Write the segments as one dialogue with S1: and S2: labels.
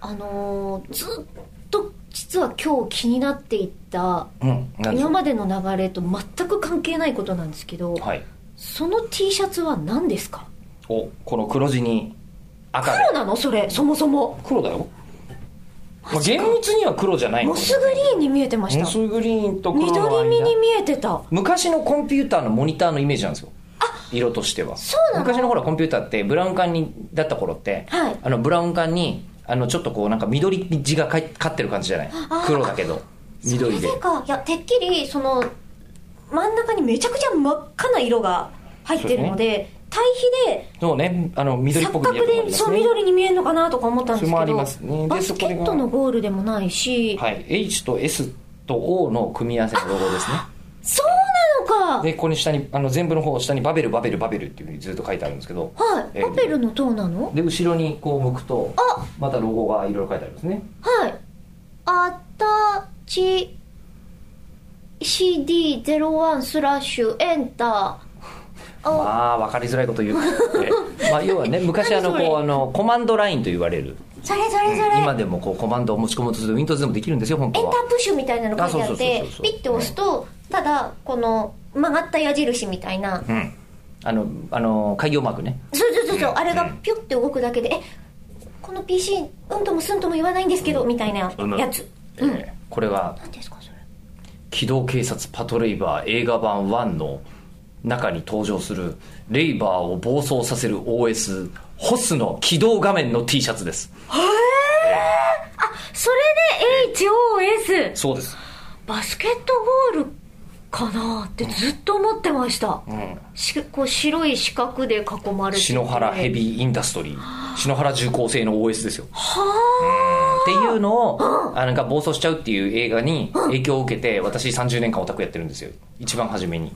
S1: あのーずっと実は今日気になっていた
S2: うん何でし
S1: 今
S2: ょう
S1: までの流れと全く関係ないことなんですけど、
S2: はい
S1: その T シャツは何ですか
S2: おこの黒地に赤で
S1: 黒なのそれそもそも
S2: 黒だよ、まあ、厳密には黒じゃない
S1: モスグリーンに見えてまし
S2: モ
S1: た
S2: スグリーンと黒の間
S1: 緑身に見えてた
S2: 昔のコンピューターのモニターのイメージなんですよ色としては
S1: そうなの
S2: 昔のほらコンピューターってブラウン管にだった頃って、
S1: はい
S2: あのブラウン管にあのちょっとこうなんか緑地がかい勝ってる感じじゃない
S1: あ
S2: 黒だけど緑で
S1: それでかいやてっきりその真ん中にめちゃくちゃ真っ赤な色が入ってるので対
S2: そうねあの
S1: 比で
S2: 緑っ
S1: 錯
S2: ぽく見える
S1: 覚
S2: とこあ
S1: で
S2: ります
S1: そう
S2: ね
S1: 緑に見えるのかなとか思ったんですけど
S2: それもありますねで
S1: バス
S2: そ
S1: ケ
S2: こで
S1: ットのゴールでもないし、
S2: はい、H と S と O の組み合わせのロゴですね
S1: そうなのか
S2: でここに下にあの全部の方下にバベルバベルバベルっていうふうにずっと書いてあるんですけど
S1: はい
S2: えー
S1: パペルの塔なの
S2: で後ろにこう向くと
S1: あ
S2: またロゴがいろいろ書いてありますね
S1: はいあたち CD01 スラッシュエンターあ、
S2: まあ分かりづらいこと言う、 まあ要はね昔あ
S1: 何
S2: の
S1: それ
S2: こうあのコマンドラインと言われる
S1: それそれそれ、
S2: 今でもこうコマンドを持ち込むとすると Windows でもできるんですよ本
S1: エン
S2: 当
S1: タ
S2: は
S1: ープッシュみたいなの書いてあっ
S2: あ
S1: て
S2: そうそうそうそう
S1: ピッて押すとただこの曲がった矢印みたいな
S2: うんあのあの開業マークね
S1: そうそうそうそうあれがピュッて動くだけでえこの PC うんともすんとも言わないんですけどみたいなやつ
S2: えー
S1: うん
S2: これが
S1: 何ですかそれ
S2: 機動警察パトレイバー映画版1の中に登場するレイバーを暴走させる OS ホスの起動画面の T シャツです
S1: それで HOS
S2: そうです、
S1: バスケットボールかなってずっと思ってました
S2: うん、
S1: しこう白い四角で囲まれてて
S2: 篠原ヘビーインダストリー篠原重工製の OS ですよっていうのをあなんか暴走しちゃうっていう映画に影響を受けて私30年間オタクやってるんですよ一番初めに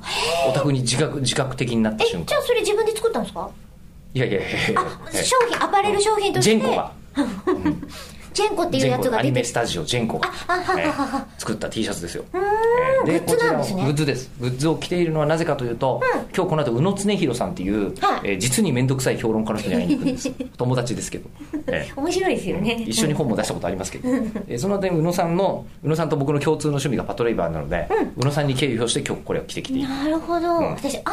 S2: オタクに自覚自覚的になった瞬
S1: えじゃ
S2: 間
S1: あそれ自分で作ったんですか
S2: いやいやいやいや
S1: あ商品アパレル商品とし
S2: ジェ
S1: て
S2: ンコが
S1: ジェンコってい
S2: ジ
S1: う
S2: ェ
S1: や
S2: ン
S1: つ
S2: コ
S1: が
S2: アニ
S1: 出て
S2: メ
S1: き
S2: スタジオジェンコが、
S1: あはは
S2: え
S1: は
S2: ー作った T シャツですよ、
S1: んグッズなんですね
S2: こちらをグッズですグッズを着ているのはなぜかというと、今日この後宇野恒弘さんっていう、
S1: はい
S2: えー実に面倒くさい評論家の人に会いに行くんです 友達ですけど、えー
S1: 面白いですよ ね
S2: 一緒に本も出したことありますけど、えーその点宇野さんの宇野さんと僕の共通の趣味がパトレイバーなので、宇野さんに敬意を表して今日これを着てきている
S1: なるほど、
S2: うん
S1: 私あんな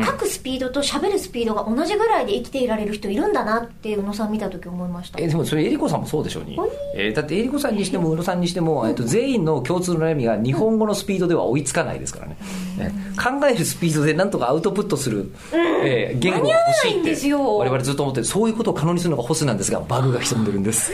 S1: に書くスピードと喋るスピードが同じぐらいで生きていられる人いるんだなって宇野さん見た時思いました
S2: えーでもそれえりこさんもそうでしょうに、えーだってえりこさんにしても宇野さんにしても、えっと、全員の共通の悩みが日本語のスピードでは追いつかないですからね、えー考えるスピードでなんとかアウトプットする、えー言
S1: 間
S2: 語が欲し
S1: に合わないんで
S2: いっ
S1: す
S2: て
S1: よ
S2: 我々ずっと思ってるそういうことを可能にするのがホスなんですがバグが潜んでるんです